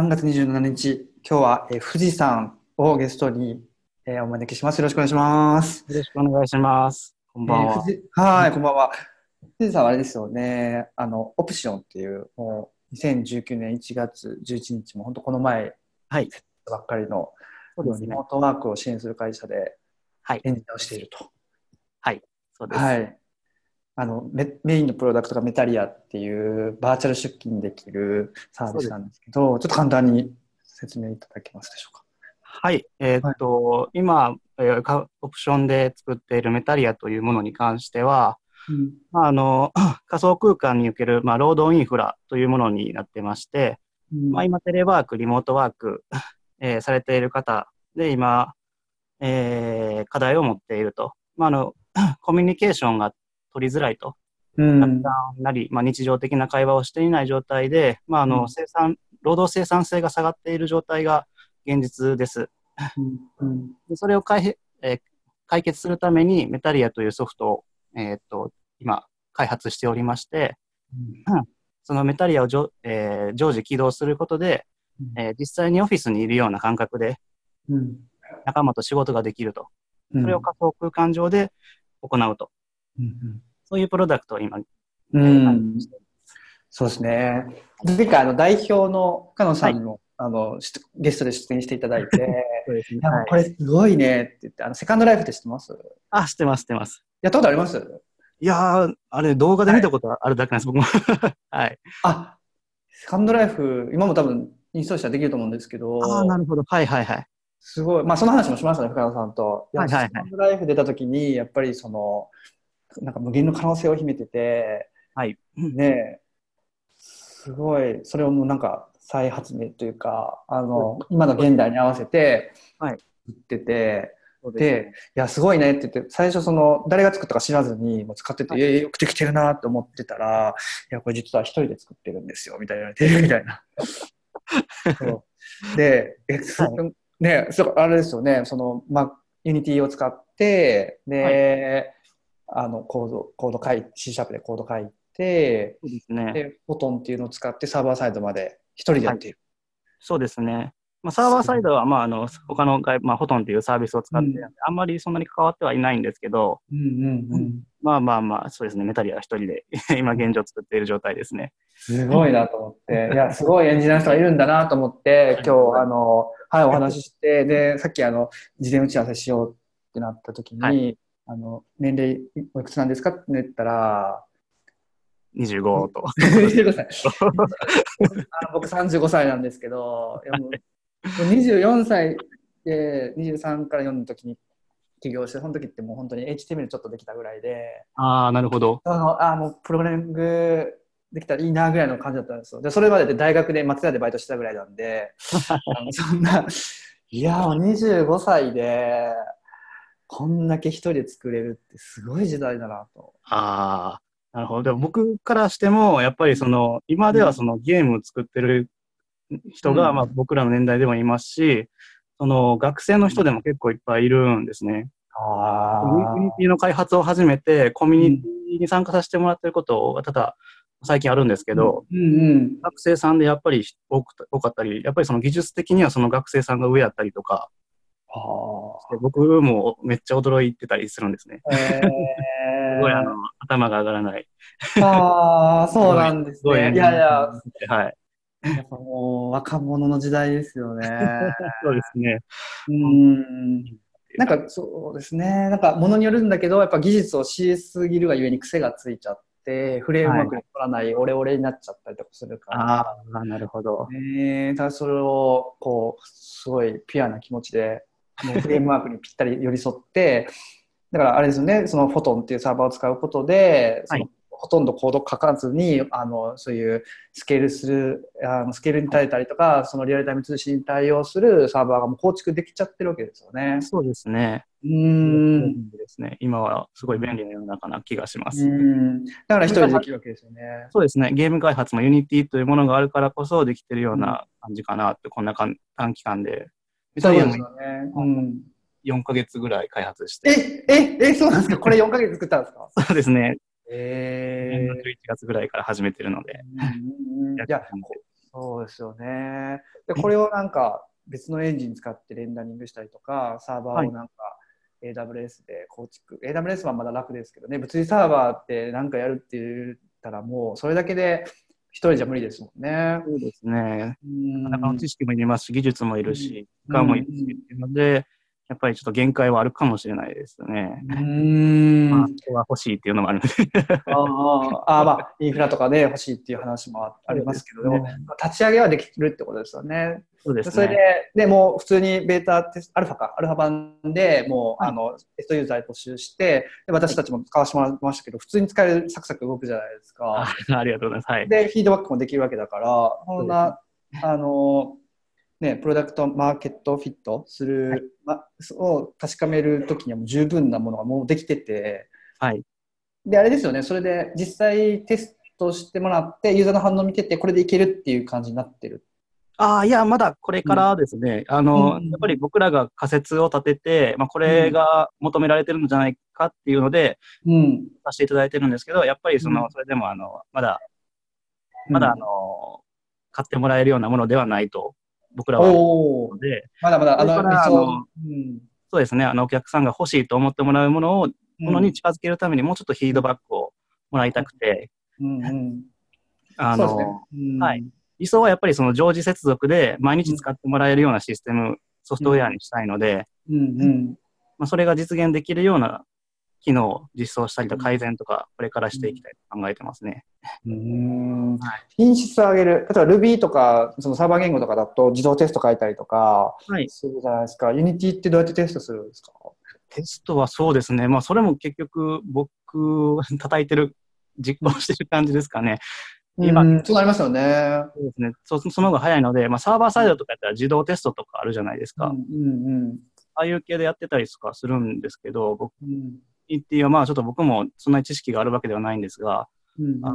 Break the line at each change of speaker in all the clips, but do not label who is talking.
3月27日、今日は、えー富士山をゲストに、えーお招きします。よろしくお願いします。
よろしくお願いします。こんばん
えー
は。
富士はい、こんばんは。富士山はあれですよね、あの、オプションっていう、もう2019年1月11日も、本当この前、
はい。
ばっかりの、
そうです
リ
ね
モ。ートワークを支援する会社で、
はい
エンジニアをしていると。
そうです。
はい。あのメメインのプロダクトがメタリアっていうバーチャル出勤できるサービスなんですけど、ちょっと簡単に説明いただけますでしょうか。
はい。えーっと、今、えーかオプションで作っているメタリアというものに関しては、まあ、あの 仮想空間における、まあ、労働インフラというものになってまして、
うん
まあ、今、テレワーク、リモートワーク、 えーされている方で、今、えー課題を持っていると。まあ、あの コミュニケーションが取りづらいと。
うん
雑談なり、まあ、日常的な会話をしていない状態で、まああ
う
の
ん
生産労働生産性が下がっている状態が現実です。
うん
でそれを解,、えー解決するために、メタリアというソフトを、えーっと今、開発しておりまして、そのメタリアをじょ、えー常時起動することで、えー実際にオフィスにいるような感覚で、
うん
仲間と仕事ができると、
うん
それを仮想空間上で行うと、
うん
そういうプロダクトを今、
う
えー開
ん
発しています
そうですね。前回あの代表の深野さんにも、あの出ゲストで出演していただいて、
そうですね
いやもう
はい
これすごいねって言って、あのセカンドライフって知ってます
あ、知ってます、知ってます。
やったことあります
いやー、あれ、動画で見たことあるだけなんです、僕も。 はい。
あセカンドライフ、今も多分インストールしたらできると思うんですけど、
ああ、なるほど。はいはいはい。
すごい、まあ、その話もしましたね、深野さんと。や
はいはいはい
セカンドライフ出たときに、やっぱりその、なんか無限の可能性を秘めてて、
はい。
ねえ、すごい、それをもうなんか再発明というか、あの、今の現代に合わせて、
はい
言ってて、
そう
です
ね、
いや、すごいねって言って、最初その、誰が作ったか知らずに、もう使ってて、
はい
いやいや、よくできてるなと思ってたら、いや、これ実は一人で作ってるんですよ、みたいな、えみたいな。そうで、え、そね、そうあれですよね、その、ま、ユニティを使って、で、あの、コード、コード書い C シャープでコード書いて、
そうですね。
で、フォトンっていうのを使ってサーバーサイドまで一人でやっている。
そうですね。まあ、サーバーサイドは、まあ、あの、他の外、まあ、フォトンというサービスを使ってるんで、
う
あんまりそんなに関わってはいないんですけど、
うんうんうん。
まあまあまあ、そうですね。メタリアは一人で、 今現状作っている状態ですね。
すごいなと思って、いや、すごいエンジニアの人がいるんだなと思って、今日、あの、はい、お話しして、で、さっき、あの、事前打ち合わせしようってなった時に、
は
あの、年齢おいくつなんですかって言ったら、
25と。
25歳。あの僕35歳なんですけど、いやもう24歳で23から4の時に起業して、その時ってもう本当に HTML ちょっとできたぐらいで、
ああ、なるほど。
あのあもうプログラミングできたらいいなぐらいの感じだったんですよ。でそれまでで大学で松屋でバイトしてたぐらいなん であのそんないやー25歳でこんだけ一人で作れるってすごい時代だなと。
ああ、なるほど。でも僕からしても、やっぱりその、今ではそのゲームを作ってる人が、
うん
まあ僕らの年代でもいますし、その学生の人でも結構いっぱいいるんですね。
あ
コミュニティの開発を始めて、コミュニティに参加させてもらってることが多々最近あるんですけど、
うんうん
学生さんでやっぱり多く多かったり、やっぱりその技術的にはその学生さんが上やったりとか、
あー
で僕もめっちゃ驚いてたりするんですね。
え
すごいあの頭が上がらない。
ー、あーそうなんです
すごい
ね。
エン
い
ジニア
やいや、
はい。
やっぱもう若者の時代ですよね。
そうですね。
うんなんかそうですね、なんかものによるんだけど、やっぱ技術を知りすぎるがゆえに癖がついちゃって、フレームワークに取らない、オレオレになっちゃったりとかするから、
ああ、なるほど。
ねえただそれをこうすごいピュアな気持ちで、も うフレームワークにぴったり寄り添って、だからあれですよね、そのフォトンっていうサーバーを使うことで、その
はい
ほとんどコード書かずにあの、そういうスケールする、あのスケールに耐えたりとか、そのリアルタイム通信に対応するサーバーがもう構築できちゃってるわけですよね。
そうですね。
う。
うんですね。今はすごい便利な世の中な気がします。
うんだから一人でできるわけですよね。
そうですね。ゲーム開発も Unity というものがあるからこそできてるような感じかなって、こんなかん短期間で。メタリア
で
も
すよね。うん、
4ヶ月ぐらい開発して。
え、え、え、そうなんですかこれ4ヶ月作ったんですか
そうですね。
え
11月ぐらいから始めてるので。
ーうんうんうんいや、こそうですよね。で、これをなんか別のエンジン使ってレンダリングしたりとか、サーバーをなんか AWS で構築、AWS はまだ楽ですけどね、物理サーバーってなんかやるって言ったらもうそれだけで一人じゃ無理ですもんね。
そうですね。
うん
なかなかの知識もいりますし、技術もいるし、
うん
時間もいるし、ので、やっぱりちょっと限界はあるかもしれないですね。
うん。
まあ、人が欲しいっていうのもあるんで。
あああ、まあ、インフラとかね、欲しいっていう話もあありますけど、
そう
ね
で、
立ち上げはできるってことですよね。
そうで
です
ね。
それで、でもう普通にベータテスアルファか、アルファ版でもう、
はい
あの、テストユーザー募集して、で私たちも使わせてもらいましたけど、普通に使えるサクサク動くじゃないですか。
あ ありがとうございます。はい。
で、フィードバックもできるわけだから、そんな、あの、ね、プロダクトマーケットフィットする、ま、を確かめるときにはもう十分なものがもうできてて、
はい。
で、あれですよね、それで実際テストしてもらって、ユーザーの反応見てて、これでいけるっていう感じになってる。
ああ、いや、まだこれからですね。あの、
うん
やっぱり僕らが仮説を立てて、まあ、これが求められてるんじゃないかっていうので、
うん。
させていただいてるんですけど、やっぱりその、
うん
それでも、あの、まだ、まだ、あの、買ってもらえるようなものではないと、僕らは思
お
う
お
ので、
まだまだ、あ
こ
の、
れから
理
あ
想
の。
うん
そうですね、あの、お客さんが欲しいと思ってもらうものを、ものに、近づけるためにもうちょっとフィードバックをもらいたくて、
うんうん、
あ
そうです
の、
ねうん
はい理想はやっぱりその常時接続で毎日使ってもらえるようなシステム、ソフトウェアにしたいので、
うんうん
まあ、それが実現できるような機能を実装したりとか改善とか、これからしていきたいと考えてますね。
うん品質を上げる、例えば Ruby とかそのサーバー言語とかだと自動テスト書いたりとか
はい。
するじゃないですか、Unity ってどうやってテストするんですか
テストはそうですね。まあ、それも結局、僕、叩いてる、実行してる感じですかね。今
うん、そうなりますよね。
そうですね。そその方が早いので、まあ、サーバーサイドとかやったら自動テストとかあるじゃないです
う
か。
んうん
ああいう系でやってたりとかするんですけど、僕
うんうん
っていうのは、まあ、ちょっと僕もそんなに知識があるわけではないんですが、
うん
あ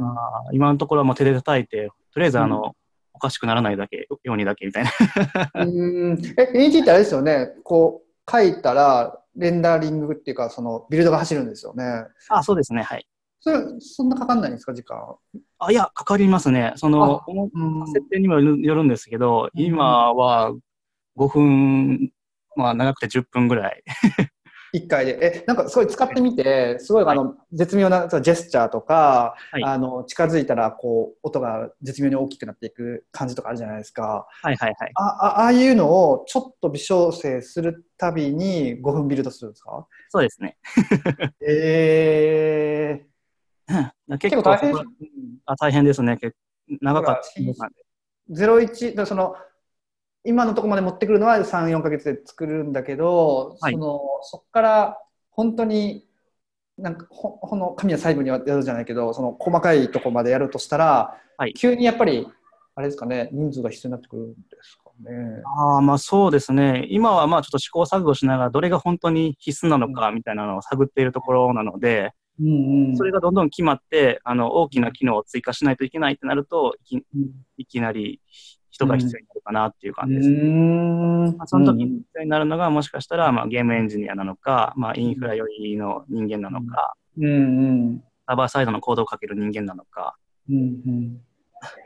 ー今のところはもう手で叩いて、とりあえず、あの、おかしくならないだけ、ようにだけみたいな。
うんえ、ET ってあれですよね、こう書いたら、レンダリングっていうか、そのビルドが走るんですよね。
あ、そうですね。はい。
それ、そんなかかんないんですか、時間。
あ、いや、かかりますね。その、
あうん
設定にもよるよるんですけど、
うん
今は5分、まあ、長くて10分ぐらい。
1回で。え、なんかすごい使ってみて、すごいあの、絶妙なそのジェスチャーとか、
はい
あの、近づいたら、こう、音が絶妙に大きくなっていく感じとかあるじゃないですか。
はいはいはい。
ああああいうのを、ちょっと微調整するたびに5分ビルドするんですか
そうですね。
えー、結
結構
構大変ですよ
あ大変ですね。結長かった
ほら
まあ
01だからその今のところまで持ってくるのは34か月で作るんだけど、
はい
そのそこから本当になんかほほんの神の細部にはやるじゃないけどその細かいところまでやろうとしたら、
はい
急にやっぱりあれですかね人数が必要になってくるんですかね。
あーまあそうですね。今はまあちょっと試行錯誤しながら、どれが本当に必須なのかみたいなのを探っているところなので、
うんうん
それがどんどん決まって、あの、大きな機能を追加しないといけないってなると、いき
うん
いきなり人が必要になるかなっていう感じですね。
うーん
まあ、その時に必要になるのが、もしかしたら、まあ、ゲームエンジニアなのか、まあ、インフラ寄りの人間なのか、
うんうん
サーバーサイドのコードをかける人間なのか、
うん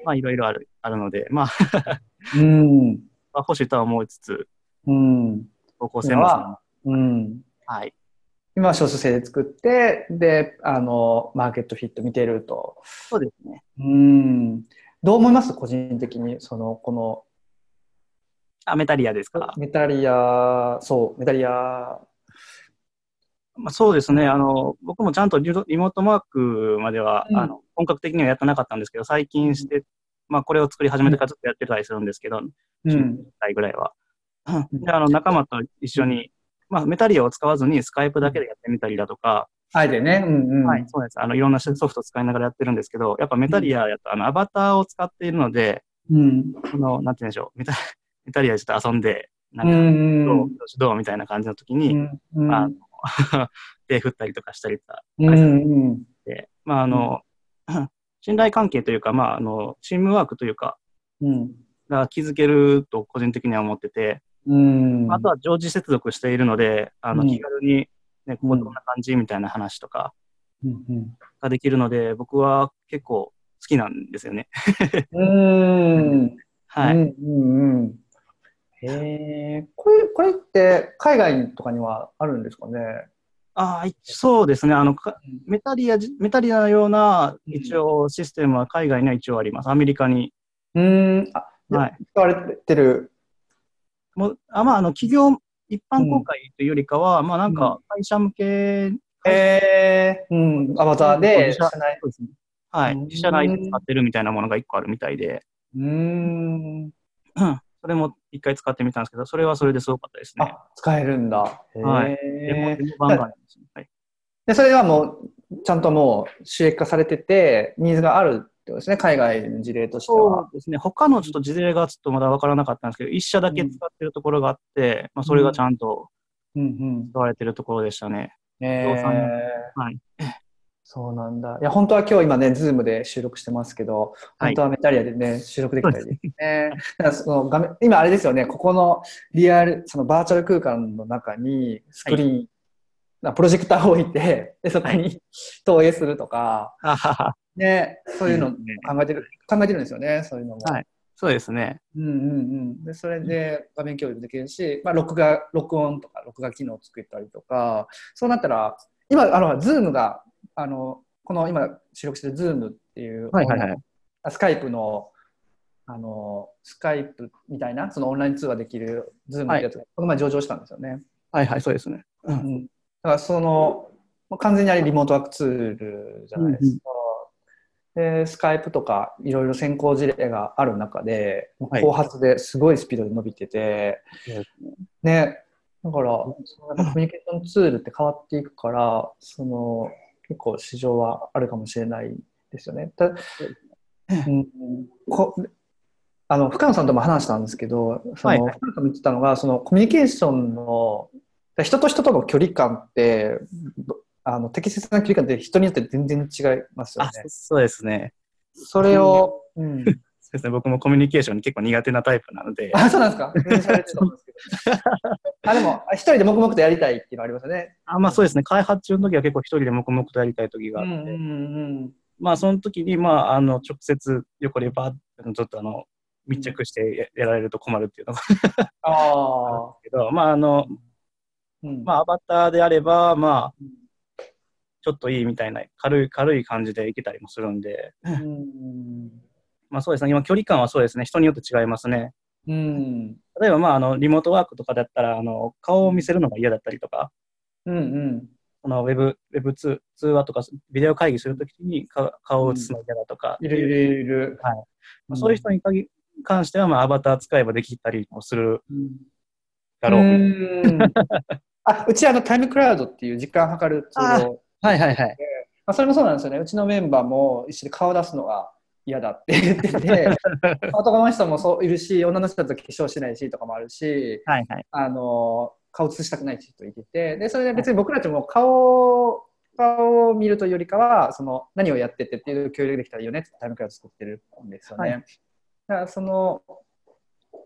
まあ、いろいろあるあるので、まあ、
うんうん
まあ欲しいとは思いつつ、
うん
方向性も
はうん
はい。
今は少数制で作って、で、あの、マーケットフィット見てると。
そうですね。
うん。どう思います個人的に、その、こ
あ、メタリアですか
の、。メタリア、そう、メタリア、
まあ、そうですね。あの、僕もちゃんとリモリモートワークまでは、
うん
あの、本格的にはやってなかったんですけど、最近して、まあ、これを作り始めてからずっとやってたりするんですけど、
うん。
回ぐらいは。
ん
で、あの、仲間と一緒に、まあ、メタリアを使わずにスカイプだけでやってみたりだとか、
あえてね、うんうん。
はい、そうです。あの、いろんなソフトを使いながらやってるんですけど、やっぱメタリアやと、あの、アバターを使っているので、
うん。
その、なんて言うんでしょう、メタ メタリアでちょっと遊んで、な
うんん
か、どう
うん。
どうみたいな感じの時
う
に、
んうん
あの 手振ったりとかしたりとか
うんうん
して、まあ、あの、 信頼関係というか、まあ、あの、チームワークというか、
うん
が築けると個人的には思ってて、
うん。
あとは常時接続しているので、あの、
うん
気軽に、ね、ここどんな感じみたいな話とか
うんうん、
ができるので、僕は結構好きなんですよね。
うん。
はい。
うんうんうん。へえ、これ、これって海外とかにはあるんですかね。
ああ、いそうですね。あの、かメタリアじ、メタリアのような、一応、システムは海外には一応あります。アメリカに。
うーん、あ、で
はい。
使われてる。
もう、あまあ、あの、企業、一般公開というよりかは、まあ、なんか、会社向け、
へえ、うん、アバターで、
そう
社内。
ですね。はい。
うん
自社内で使ってるみたいなものが一個あるみたいで、
うーん、
うんそれも一回使ってみたんですけど、それはそれですごかったですね。
あ、使えるんだ。へ
はいデモ、
え
デ。モ版がありますね。はい。
で、それはもう、ちゃんともう、収益化されてて、ニーズがあるってことですね、海外の事例として
そ
は。
うですね。他のちょっと事例がちょっとまだ分からなかったんですけど、一社だけ使ってるところがあって、まあ、それがちゃんと
うん
使われてるところでしたね。
うん。へ
不動産
ー
はい。
そうなんだ。いや、本当は今日今ね、ズームで収録してますけど、
は
本
い
当はメタリアでね、収録できたり ですね。だからその画面、今あれですよね、ここのリアル、そのバーチャル空間の中に、スクリーン、なプロジェクターを置いて、で、そこに投影するとか、
あはは
ね、そういうの
ね
考えてる、考えてるんですよね、そういうのも。
はいそうですね。
うんうんうん、でそれで画面共有もできるし、まあ、録画録音とか録画機能を作ったりとかそうなったら今あの Zoom があのこの今収録してる Zoom っていう、
い。
あスカイプのあのスカイプみたいなそのオンライン通話できる Zoom ってやつが、この前上場したんですよね、
はいはい、そうですね。う
うんん、だからそのもう完全にあれリモートワークツールじゃないですか、でスカイプとかいろいろ先行事例がある中で
はい
後発ですごいスピードで伸びてて、
そうです
ね、だから、そのやっぱコミュニケーションツールって変わっていくから、その結構市場はあるかもしれないですよね。たうん、こあの深野さんとも話したんですけど、その
はいはい
深野さんも言ってたのが、そのコミュニケーションの人と人との距離感って、どあの適切な距離感って人によって全然違いますよ
あ
ね
そ。そうですね。
それを、うん、
そうですね。僕もコミュニケーション結構苦手なタイプなので、
あ、そうなんですか。全然喋れてたんですけ どあ、でも、一人で黙々とやりたいっていうのはありますよね。
あまあそうですね。開発中の時は結構一人で黙々とやりたい時
う
があっ
ん
て、
うんうん
まあその時に、まああの、直接横でバーッとちょっとあの、密着してややられると困るっていうのがあるんで
ああ、
すけど、まああの、
うん
まあアバターであれば、まあ、ちょっといいみたいな、軽い、軽い感じでいけたりもするんで、
うん
まあそうですね。今距離感はそうですね。人によって違いますね。
うん
例えば、まあ、あのリモートワークとかだったらあの顔を見せるのが嫌だったりとか
うんうん
あのウェブウェブ通通話とかビデオ会議するときにか顔を映すの嫌だとか、
いるいるいる。
はいまあそういう人に限関しては、まあ、アバター使えばできたりもする
うん
だろう。
うんあ、うちあのタイムクラウドっていう時間計るツールを、
はいはいはい。
まあ、それもそうなんですよね。うちのメンバーも一緒に顔出すのが嫌だって言ってて、 男の人もそういるし、女の人だと化粧しないしとかもあるし、
はいはい。
あの顔映したくないって人いててでそれで別に僕らってもう顔顔を見るというよりかはその何をやっててっていう協力できたらいいよねってタイムクラウド作ってるんですよね。
はい
だからその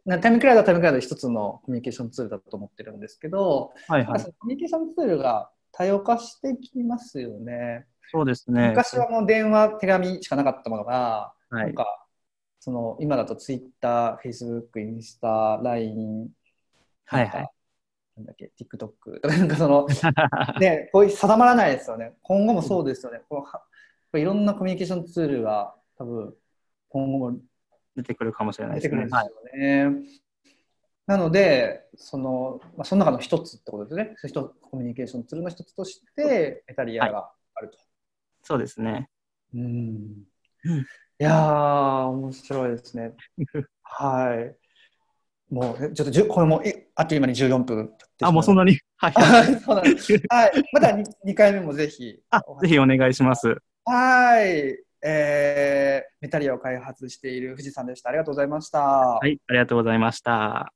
なタイムクラウドはタイムクラウドで一つのコミュニケーションツールだと思ってるんですけど、
はい
ま
は
あ
い
そ。のコミュニケーションツールが多様化してきますよね。
そうですね。
昔はもう電話、手紙しかなかったものが、
は
なん
い。
か、その今だとツイッター、フェイスブック、インスタ、LINE、
はいはい。
なんだっけ、TikTok とか、なんかその、ね、こういう定まらないですよね。今後もそうですよね。このはこれいろんなコミュニケーションツールが多分、今後も
出てくるかもしれない
出
で
て
す
くる
ね
ん。で
はい。
すよね。なので、その、まあ、その中の一つってことですね。一つコミュニケーションツールの一つとして、メタリアがあると。
そうですね。
うん。
うん
いやー、面白いです ね。はい。もう、えちょっとじゅ、これもう、えあっという間に14分経ってしまいました
あ、もうそんなに。はい。
はい そうなんです。はい。また 2, 回目もぜひ。
あ
お話
ぜひお願いします。
はい。えーメタリアを開発している藤さんでした。ありがとうございました。
はい。ありがとうございました。